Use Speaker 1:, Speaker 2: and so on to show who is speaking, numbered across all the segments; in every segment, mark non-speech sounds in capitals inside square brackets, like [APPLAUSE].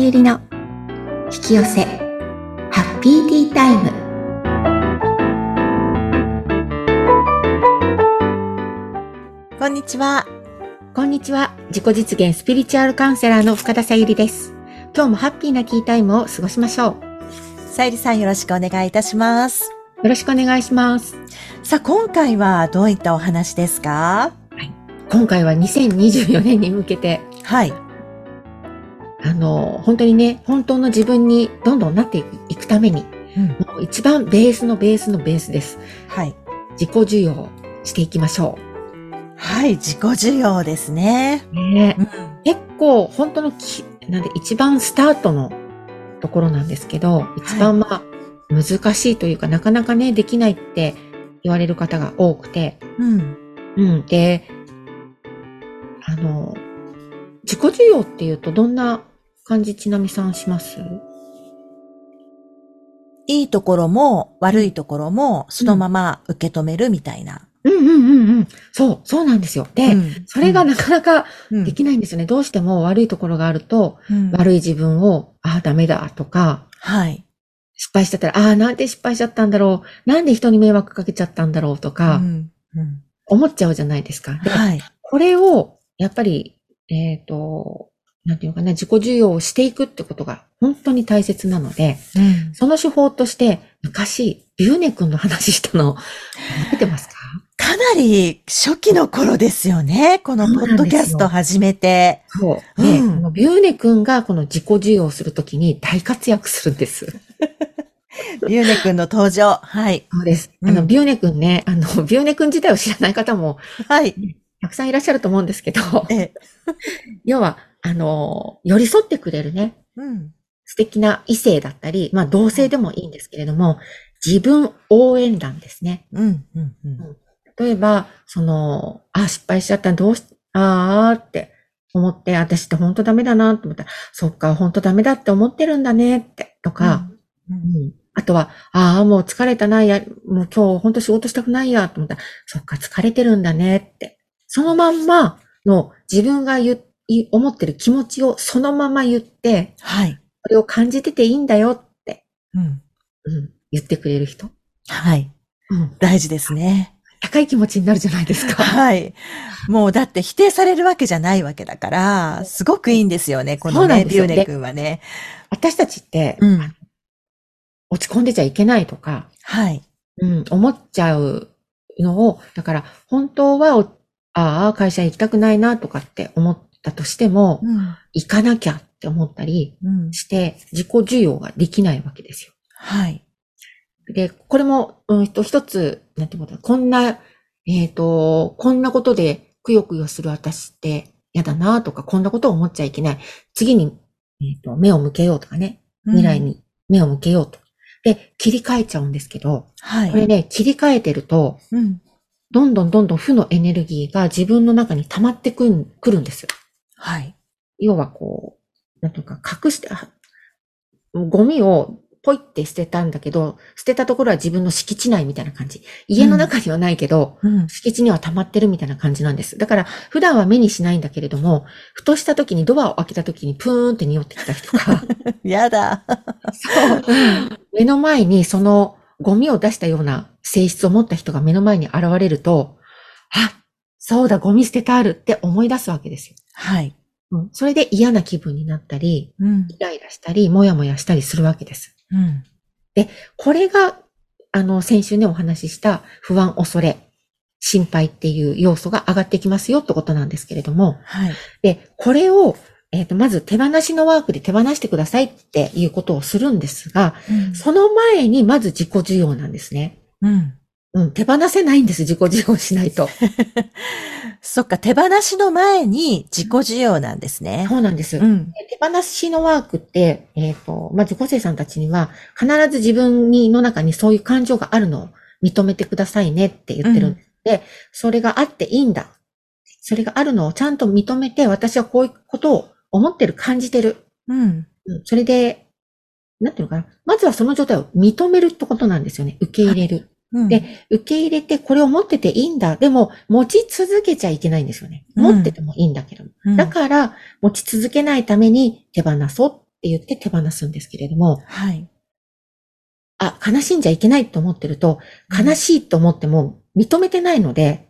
Speaker 1: ゆりの引き寄せハッピーティータイム
Speaker 2: こんにちは。
Speaker 1: こんにちは自己実現スピリチュアルカウンセラーの深田さゆりです今日もハッピーなティータイムを過ごしましょう
Speaker 2: さゆりさんよろしくお願いいたします。
Speaker 1: よろしくお願いします
Speaker 2: さあ、今回はどういったお話ですか
Speaker 1: 今回は2024年に向けて
Speaker 2: はい。
Speaker 1: あの本当にね本当の自分にどんどんなっていくいくために
Speaker 2: うん。
Speaker 1: もう一番ベースのベースのベースです
Speaker 2: はい。
Speaker 1: 自己需要をしていきましょ
Speaker 2: はい、自己需要ですね。
Speaker 1: うね
Speaker 2: うん。
Speaker 1: 結構本当のきなんで一番スタートのところなんですけど一番まあ難しいというか、なかなかねできないって言われる方が多くて、
Speaker 2: うん。
Speaker 1: うん、であの自己需要っていうとどんな感じちなみさんします
Speaker 2: いいところも悪いところもそのまま受け止めるみたいな。
Speaker 1: うんうんうんうん。そう、そうなんですよ。で、
Speaker 2: うん
Speaker 1: それがなかなか
Speaker 2: うん
Speaker 1: できないんですよね。どうしても悪いところがあると、
Speaker 2: うん
Speaker 1: 悪い自分を、ああ、ダメだとか、
Speaker 2: はい。
Speaker 1: 失敗しちゃったら、ああ、なんて失敗しちゃったんだろう。なんで人に迷惑かけちゃったんだろうと
Speaker 2: う
Speaker 1: か、
Speaker 2: んうん
Speaker 1: 思っちゃうじゃないですか。で、
Speaker 2: はい。
Speaker 1: これを、やっぱり、えっ、と、なんていうのかな、自己需要をしていくってことが本当に大切なので、
Speaker 2: うん
Speaker 1: その手法として、昔、リューネ君の話したの、覚えてますか
Speaker 2: かなり初期の頃ですよね。このポッドキャスト始めて。
Speaker 1: そう。ね、
Speaker 2: うん
Speaker 1: このビューネ君がこの自己需要をするときに大活躍するんです。
Speaker 2: ゆうねくんの登場。はい。
Speaker 1: そうです。
Speaker 2: うん
Speaker 1: あの、ビューネ君ね、あの、ビューネ君自体を知らない方も
Speaker 2: はい。
Speaker 1: たくさんいらっしゃると思うんですけど、
Speaker 2: ええ。
Speaker 1: [LAUGHS] 要は、あの、寄り添ってくれるね、
Speaker 2: うん。
Speaker 1: 素敵な異性だったり、まあ同性でもいいんですけれども、自分応援団ですね。
Speaker 2: うん。うん。うん
Speaker 1: 例えば、その、あ、失敗しちゃった、どうし、あーって思って、私って本当ダメだなって思ったら、そっか、本当ダメだって思ってるんだねって、とか、
Speaker 2: うん、うん
Speaker 1: うんあとは、ああ、もう疲れたな、や、もう今日本当仕事したくないや、と思ったら、そっか、疲れてるんだねって。そのまんまの自分が言う、い思ってる気持ちをそのまま言って、
Speaker 2: はい。
Speaker 1: それを感じてていいんだよって、
Speaker 2: うん。
Speaker 1: うん、言ってくれる人。
Speaker 2: はい。
Speaker 1: うん。
Speaker 2: 大事ですね。
Speaker 1: 高い気持ちになるじゃないですか。
Speaker 2: はい。もうだって否定されるわけじゃないわけだから、すごくいいんですよね。こ
Speaker 1: そ
Speaker 2: の
Speaker 1: うな
Speaker 2: ね、
Speaker 1: んです
Speaker 2: ビュ
Speaker 1: よ
Speaker 2: ーネ君はね。
Speaker 1: [LAUGHS] 私たちって、
Speaker 2: うん
Speaker 1: あの落ち込んでちゃいけないとか、
Speaker 2: はい。
Speaker 1: うん、思っちゃうのを、だから本当はお、ああ、会社行きたくないなとかって思ったとしても、
Speaker 2: うん。
Speaker 1: 行かなきゃって思ったり
Speaker 2: うん。
Speaker 1: して、自己需要ができないわけですよ。
Speaker 2: はい。
Speaker 1: で、これも、うん、と一つ、なんていうことだこんな、えっ、と、こんなことでくよくよする私って嫌だなとか、こんなことを思っちゃいけない。次に、えっ、と、目を向けようとかね、未来
Speaker 2: うん。
Speaker 1: に目を向けようと。で、切り替えちゃうんですけど、
Speaker 2: は
Speaker 1: これ
Speaker 2: い。
Speaker 1: ね、切り替えてると、
Speaker 2: うん。
Speaker 1: どんどんどんどん負のエネルギーが自分の中に溜まってくん、くるんです。
Speaker 2: はい。
Speaker 1: 要はこう、なんていうか、隠して、あゴミをポイって捨てたんだけど、捨てたところは自分の敷地内みたいな感じ。家の中にはないけど、
Speaker 2: うん。
Speaker 1: 敷地には溜まってるみたいな感じなんです。だから、普段は目にしないんだけれども、ふとした時にドアを開けた時にプーンって匂ってきたりとか、
Speaker 2: やだ。
Speaker 1: そう目の前にそのゴミを出したような性質を持った人が目の前に現れると、あ、そうだ、ゴミ捨ててあるって思い出すわけですよ。
Speaker 2: はい。
Speaker 1: うんそれで嫌な気分になったり、
Speaker 2: うん
Speaker 1: イ。ライラしたり、もやもやしたりするわけです。
Speaker 2: うん。
Speaker 1: これが、あの、先週ね、お話しした不安、恐れ、心配っていう要素が上がってきますよってことなんですけれども、
Speaker 2: はい。
Speaker 1: で、これを、えっ、と、まず手放しのワークで手放してくださいっていうことをするんですが、その前にまず自己需要なんですね。
Speaker 2: うん。
Speaker 1: うん、手放せないんです、自己需要しないと。
Speaker 2: そっか、手放しの前に自己需要なんですね
Speaker 1: そ。うなんです。
Speaker 2: ん。
Speaker 1: 手放しのワークって、えっ、と、まず個性さんたちには、必ず自分にの中にそういう感情があるのを認めてくださいねって言ってるんで、それがあっていいんだ。それがあるのをちゃんと認めて、私はこういうことを思ってる、感じてる。
Speaker 2: うん。
Speaker 1: うんそれで、なんていうのかな。まずはその状態を認めるってことなんですよね。受け入れる。
Speaker 2: うん
Speaker 1: で、受け入れて、これを持ってていいんだ。でも、持ち続けちゃいけないんですよね。
Speaker 2: うん
Speaker 1: 持っててもいいんだけどもだから、持ち続けないために手放そうっ言って手放すんですけれども、
Speaker 2: はい。
Speaker 1: あ、悲しんじゃいけないと思ってると、悲しいと思っても認めてないので、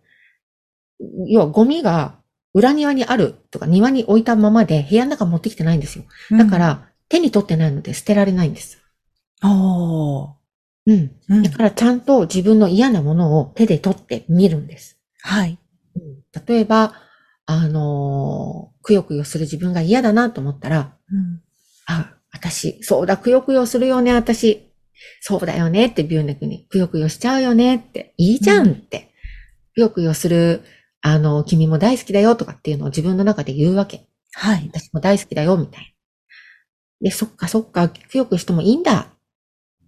Speaker 1: 要はゴミが裏庭にあるとか庭に置いたままで部屋の中持ってきてないんですよ。だか
Speaker 2: うん、
Speaker 1: ら手に取ってないので捨てられないんです。
Speaker 2: おー
Speaker 1: うん。
Speaker 2: うん
Speaker 1: だからちゃんと自分の嫌なものを手で取ってみるんです。
Speaker 2: はい。
Speaker 1: うん、例えば、あのーくよくよする自分が嫌だなと思ったら、
Speaker 2: うん
Speaker 1: あ、私、そうだ、くよくよするよね、私。そうだよねって、ビューネ君に、くよくよしちゃうよねって、いいじゃんって。くよくよする、あの、君も大好きだよとかっていうのを自分の中で言うわけ。
Speaker 2: はい。
Speaker 1: 私も大好きだよ、みたいな。で、そっかそっか、くよくよしてもいいんだ。っ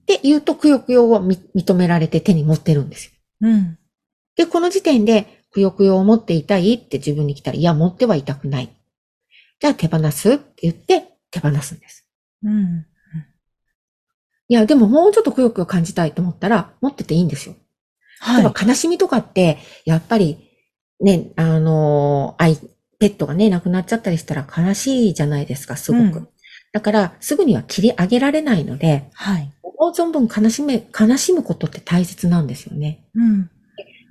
Speaker 1: て言うと、くよくよをみ認められて手に持ってるんですよ。
Speaker 2: うん。
Speaker 1: で、この時点で、くよくよを持っていたいって自分に来たら、いや、持ってはいたくない。じゃあ手放すって言って、手放すんです。
Speaker 2: うん。
Speaker 1: いや、でももうちょっとくよくよ感じたいと思ったら、持ってていいんですよ。
Speaker 2: はい。
Speaker 1: 例えば悲しみとかって、やっぱり、ね、あのー、愛、ペットがね、亡くなっちゃったりしたら悲しいじゃないですか、すごく。
Speaker 2: うん
Speaker 1: だから、すぐには切り上げられないので、
Speaker 2: はい。
Speaker 1: 思う存分悲しめ、悲しむことって大切なんですよね。
Speaker 2: うん。うん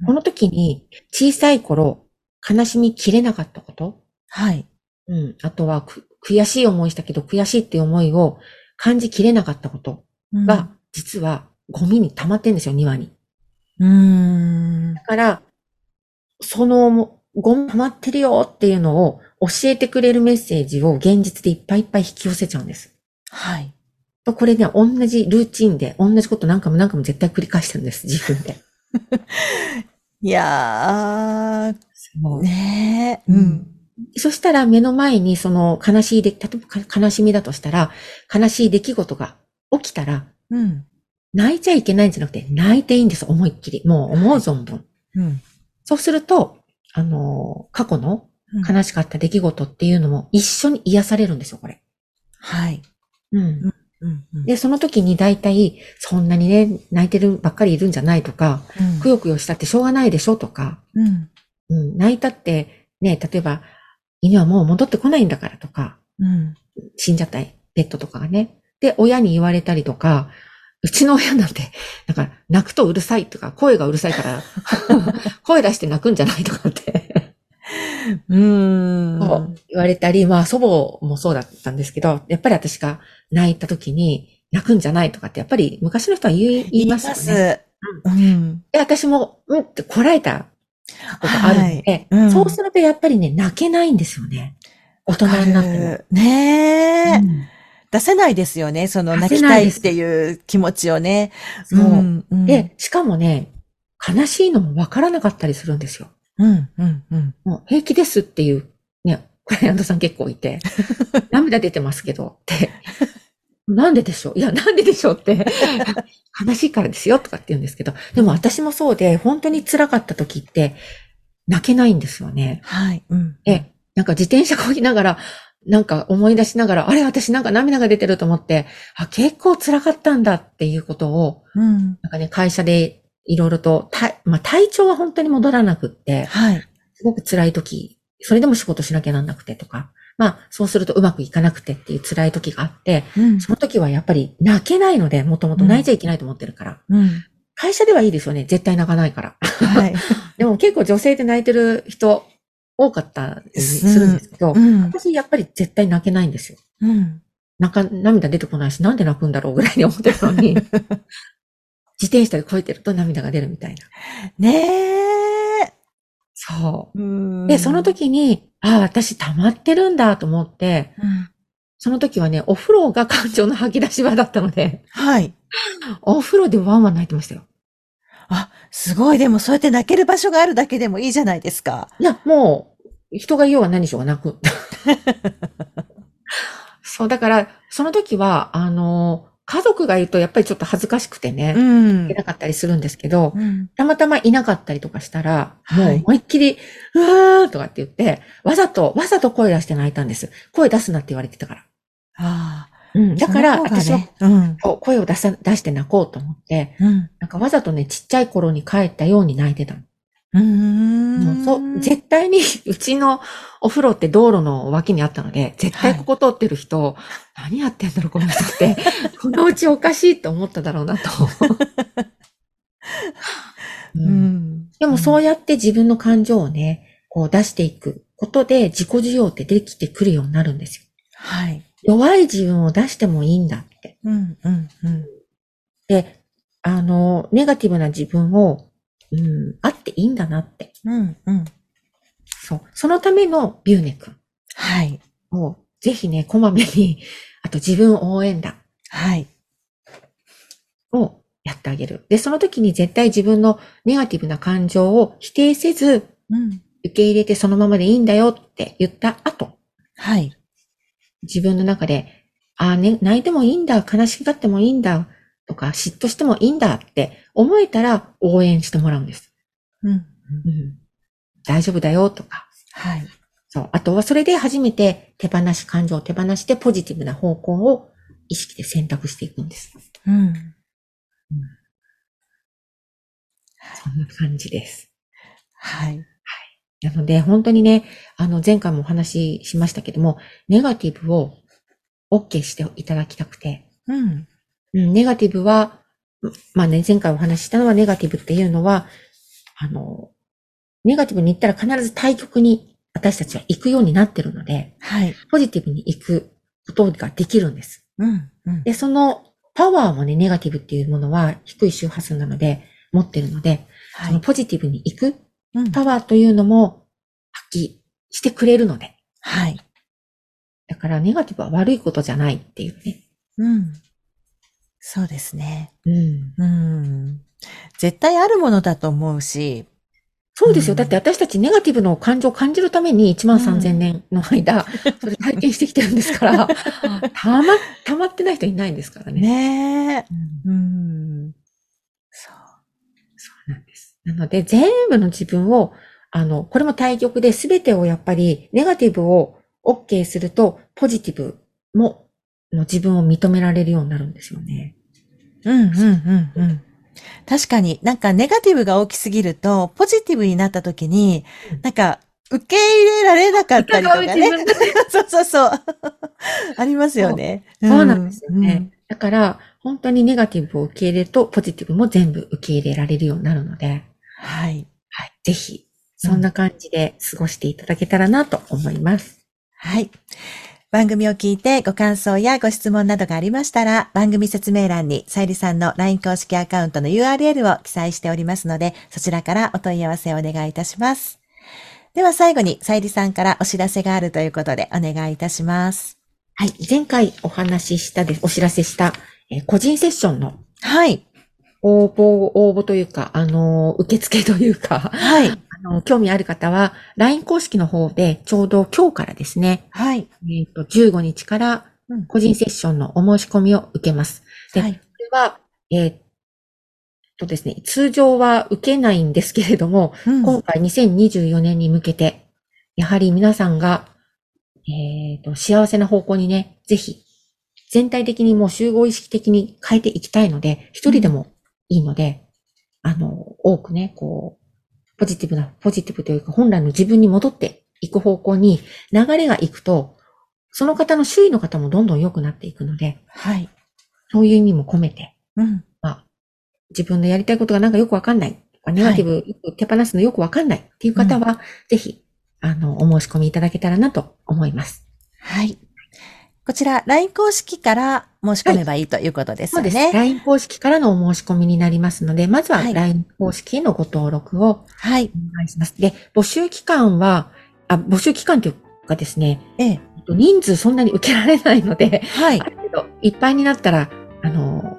Speaker 1: この時に、小さい頃、悲しみきれなかったこと、
Speaker 2: はい。
Speaker 1: うん、あとはく、悔しい思いしたけど、悔しいっていう思いを感じきれなかったこと、
Speaker 2: うん
Speaker 1: が、実はゴミに溜まってんですよ、庭に。
Speaker 2: うーん。
Speaker 1: だから、その、ゴミ溜まってるよっていうのを教えてくれるメッセージを現実でいっぱいいっぱい引き寄せちゃうんです。
Speaker 2: はい。
Speaker 1: これね、同じルーチンで、同じこと何回も何回も絶対繰り返してるんです、自分で。
Speaker 2: いやー、ねえ。
Speaker 1: う。そしたら目の前にその悲しいで、例えばか悲しみだとしたら、悲しい出来事が起きたら、
Speaker 2: うん。
Speaker 1: 泣いちゃいけないんじゃなくて、泣いていいんです、思いっきり。もう思う存分。
Speaker 2: うん。
Speaker 1: そうすると、あの、過去の悲しかった出来事っていうのも一緒に癒されるんですよ、これ。
Speaker 2: はい。
Speaker 1: うん。
Speaker 2: うん。うん
Speaker 1: で、その時に大体、そんなにね、泣いてるばっかりいるんじゃないとか、
Speaker 2: うん
Speaker 1: くよくよしたってしょうがないでしょとか、
Speaker 2: うん。
Speaker 1: うん、泣いたって、ね、例えば、犬はもう戻ってこないんだからとか、
Speaker 2: うん。
Speaker 1: 死んじゃったペットとかがね。で、親に言われたりとか、うちの親なんて、なんか、泣くとうるさいとか、声がうるさいから、 [LAUGHS] 声出して泣くんじゃないとかって。
Speaker 2: うー。
Speaker 1: そうん言われたり、まあ祖母もそうだったんですけど、やっぱり私が泣いた時に泣くんじゃないとかって、やっぱり昔の人は言い言いますよね。
Speaker 2: 言います。うん。
Speaker 1: で私も、うんってこらえたことがあるので、
Speaker 2: はいうん
Speaker 1: そうするとやっぱりね、泣けないんですよね。大人になっても。
Speaker 2: ねえ、
Speaker 1: うん
Speaker 2: 出せないですよね。その泣
Speaker 1: 出
Speaker 2: き
Speaker 1: せな
Speaker 2: た
Speaker 1: い
Speaker 2: い
Speaker 1: で
Speaker 2: っ
Speaker 1: す
Speaker 2: ていう気持ちをね。
Speaker 1: そう、
Speaker 2: ん。うん、
Speaker 1: で、しかもね、悲しいのもわからなかったりするんですよ。
Speaker 2: うん、うん、うん。
Speaker 1: もう平気ですっていう、ね、クライアントさん結構いて、涙出てますけど、って、なんででしょういや、なんででしょうって、悲しいからですよとかって言うんですけど、でも私もそうで、本当に辛かった時って、泣けないんですよね。
Speaker 2: はい。うん。
Speaker 1: え、なんか自転車こぎながら、なんか思い出しながら、あれ、私なんか涙が出てると思って、あ、結構辛かったんだっていうことを、
Speaker 2: うん。
Speaker 1: なんかね、会社でいろいろと、体、まあ体調は本当に戻らなくって、
Speaker 2: はい。
Speaker 1: すごく辛い時、それでも仕事しなきゃなんなくてとか、まあ、そうするとうまくいかなくてっていう辛い時があって、
Speaker 2: うん。
Speaker 1: その時はやっぱり泣けないので、もともと泣いちゃいけないと思ってるから。
Speaker 2: うん。
Speaker 1: 会社ではいいですよね。絶対泣かないから。
Speaker 2: はい。
Speaker 1: でも結構女性で泣いてる人多かったりするんですけど、
Speaker 2: うん。
Speaker 1: 私やっぱり絶対泣けないんですよ。
Speaker 2: うん。
Speaker 1: なんか涙出てこないし、なんで泣くんだろうぐらいに思ってるのに、自転車で超えてると涙が出るみたいな。
Speaker 2: ねえ。
Speaker 1: そうう。
Speaker 2: ん
Speaker 1: で、その、時に、ああ、私溜まってるんだと思って、
Speaker 2: うん
Speaker 1: その時はね、お風呂が感情の吐き出し場だったので、 [LAUGHS]
Speaker 2: はい。
Speaker 1: お風呂でワンワン泣いてましたよ。
Speaker 2: あ、すごい。でもそうやって泣ける場所があるだけでもいいじゃないですか。
Speaker 1: いや、もう、人が言おうが何しようが泣く。 [LAUGHS] そう、だから、その時は、あの、家族がいるとやっぱりちょっと恥ずかしくてね、
Speaker 2: ん
Speaker 1: いなかったりするんですけど、
Speaker 2: うん。
Speaker 1: たまたまいなかったりとかしたら、も
Speaker 2: は
Speaker 1: う
Speaker 2: い
Speaker 1: 思いっきり、うわーとかって言って、わざと、わざと声出して泣いたんです。声出すなって言われてたから。
Speaker 2: ああ。
Speaker 1: うん、だから、
Speaker 2: その方が
Speaker 1: 私は
Speaker 2: ね、うん。
Speaker 1: こう声を出さ、出して泣こうと思って、
Speaker 2: うん。
Speaker 1: なんかわざとね、ちっちゃい頃に帰ったように泣いてたの。
Speaker 2: うーん
Speaker 1: もうそう、絶対に [LAUGHS] 、うちのお風呂って道路の脇にあったので、絶対
Speaker 2: はい
Speaker 1: ここ通ってる人、何やってんだろう、この人
Speaker 2: [LAUGHS]
Speaker 1: って。このうちおかしいって思っただろうなと。う
Speaker 2: うんん。
Speaker 1: でもそう
Speaker 2: い
Speaker 1: やって自分の感情をね、こう出していくことで自己需要ってできてくるようになるんですよ。
Speaker 2: はい。
Speaker 1: 弱い自分を出してもいいんだって。
Speaker 2: うん、うん、うん。
Speaker 1: で、あの、ネガティブな自分を、うん、あっていいんだなって。
Speaker 2: うん、うん。
Speaker 1: そう。そのためのビューネ君
Speaker 2: はい。
Speaker 1: を、ぜひね、こまめに、 [LAUGHS] あと自分応援団
Speaker 2: はい。
Speaker 1: をやってあげる。で、その時に絶対自分のネガティブな感情を否定せず、
Speaker 2: うん。
Speaker 1: 受け入れてそのままでいいんだよって言った後、
Speaker 2: はい。
Speaker 1: 自分の中で、ああ、ね、泣いてもいいんだ、悲しがってもいいんだ、とか、嫉妬してもいいんだって思えたら応援してもらうんです。
Speaker 2: うん。
Speaker 1: 大丈夫だよ、とか。
Speaker 2: はい。
Speaker 1: そう。あとはそれで初めて手放し、感情を手放してポジティブな方向を意識で選択していくんです。
Speaker 2: うん。
Speaker 1: そんな感じです。
Speaker 2: はい。
Speaker 1: なので、本当にね、あの、前回もお話ししましたけども、ネガティブを OK していただきたくて、
Speaker 2: うん。
Speaker 1: うん、ネガティブは、うんまあね、前回お話ししたのはネガティブっていうのは、あの、ネガティブに行ったら必ず対極に私たちは行くようになってるので、
Speaker 2: はい。
Speaker 1: ポジティブに行くことができるんです。
Speaker 2: うん。うん。
Speaker 1: で、そのパワーもね、ネガティブっていうものは低い周波数なので、持ってるので、
Speaker 2: は
Speaker 1: その
Speaker 2: い。
Speaker 1: ポジティブに行く
Speaker 2: うん
Speaker 1: パワーというのも発揮してくれるので、
Speaker 2: はい。
Speaker 1: だからネガティブは悪いことじゃないっていうね。
Speaker 2: うん。そうですね。
Speaker 1: うん。
Speaker 2: うん。絶対あるものだと思うし、
Speaker 1: そうですよ。
Speaker 2: うん
Speaker 1: だって私たちネガティブの感情を感じるために1万3000年の
Speaker 2: [LAUGHS]
Speaker 1: 間、それ体験してきてるんですから、たま、たまってない人いないんですからね。
Speaker 2: ねえ。
Speaker 1: うん
Speaker 2: うん。そ
Speaker 1: そうなんです。なので、全部の自分を、あの、これも対極で全てをやっぱり、ネガティブを OK すると、ポジティブも、の自分を認められるようになるんですよね。
Speaker 2: う。うん、うん、うん、うん。確かになんかネガティブが大きすぎると、ポジティブになった時に
Speaker 1: うん、
Speaker 2: なんか受け入れられなかったりとかね。 [LAUGHS] そうそうそう。ありますよね。
Speaker 1: そうなんですよね。だから、本当にネガティブを受け入れると、ポジティブも全部受け入れられるようになるので、
Speaker 2: うん。はい。
Speaker 1: はい、ぜひ、そんな感じで過ごしていただけたらなと思います。
Speaker 2: はい。番組を聞いてご感想やご質問などがありましたら、番組説明欄にさゆりさんの LINE 公式アカウントの URL を記載しておりますので、そちらからお問い合わせをお願いいたします。では最後にさゆりさんからお知らせがあるということでお願いいたします。
Speaker 1: はい、前回お話ししたです、お知らせした、えー個人セッションの
Speaker 2: はい。
Speaker 1: 応募、応募というか、あのー、受付というか、 [LAUGHS]
Speaker 2: はい。
Speaker 1: あの、興味ある方は、LINE 公式の方で、ちょうど今日からですね、
Speaker 2: はい。
Speaker 1: えっ、と、15日から
Speaker 2: うん、
Speaker 1: 個人セッションのお申し込みを受けます。で
Speaker 2: はい。
Speaker 1: これは、えっとですね、通常は受けないんですけれども、
Speaker 2: うん
Speaker 1: 今回2024年に向けて、やはり皆さんが、えっ、と、幸せな方向にね、ぜひ、全体的にもう集合意識的に変えていきたいので、一人でもいいので、あの、多くね、こう、ポジティブな、ポジティブというか、本来の自分に戻っていく方向に流れがいくと、その方の周囲の方もどんどん良くなっていくので、
Speaker 2: はい。
Speaker 1: そういう意味も込めて、
Speaker 2: うん。
Speaker 1: 自分のやりたいことがなんかよくわかんない。ネガティブ手放すのよくわかんないっていう方は、ぜひ、あの、お申し込みいただけたらなと思います。
Speaker 2: はい。こちら、LINE 公式から申し込めばいいということですよね。
Speaker 1: LINE 公式からのお申し込みになりますので、まずは
Speaker 2: はい
Speaker 1: LINE 公式へのご登録をお
Speaker 2: はい。
Speaker 1: 願いします。で、募集期間は、あ、募集期間というかですね、
Speaker 2: ええ。
Speaker 1: 人数そんなに受けられないので、 [LAUGHS]
Speaker 2: はい
Speaker 1: あ。る程度いっぱいになったら、あの、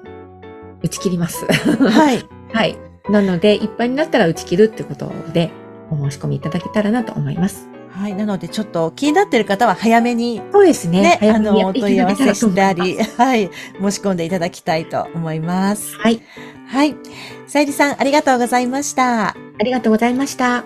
Speaker 1: 打ち切ります。
Speaker 2: はい。
Speaker 1: はい。なので、いっぱいになったら打ち切るってことで、お申し込みいただけたらなと思います。
Speaker 2: はい。なので、ちょっと気になってる方は早めに
Speaker 1: そうですね。
Speaker 2: ね、
Speaker 1: 早
Speaker 2: あ
Speaker 1: め
Speaker 2: の、
Speaker 1: にや
Speaker 2: お
Speaker 1: ってい
Speaker 2: 問い
Speaker 1: た
Speaker 2: 合
Speaker 1: だ
Speaker 2: わ
Speaker 1: けたら
Speaker 2: せ
Speaker 1: と思
Speaker 2: し
Speaker 1: いま
Speaker 2: た
Speaker 1: す
Speaker 2: り、 [LAUGHS] はい、申し込んでいただきたいと思います。
Speaker 1: はい。
Speaker 2: はい。さゆりさん、ありがとうございました。
Speaker 1: ありがとうございました。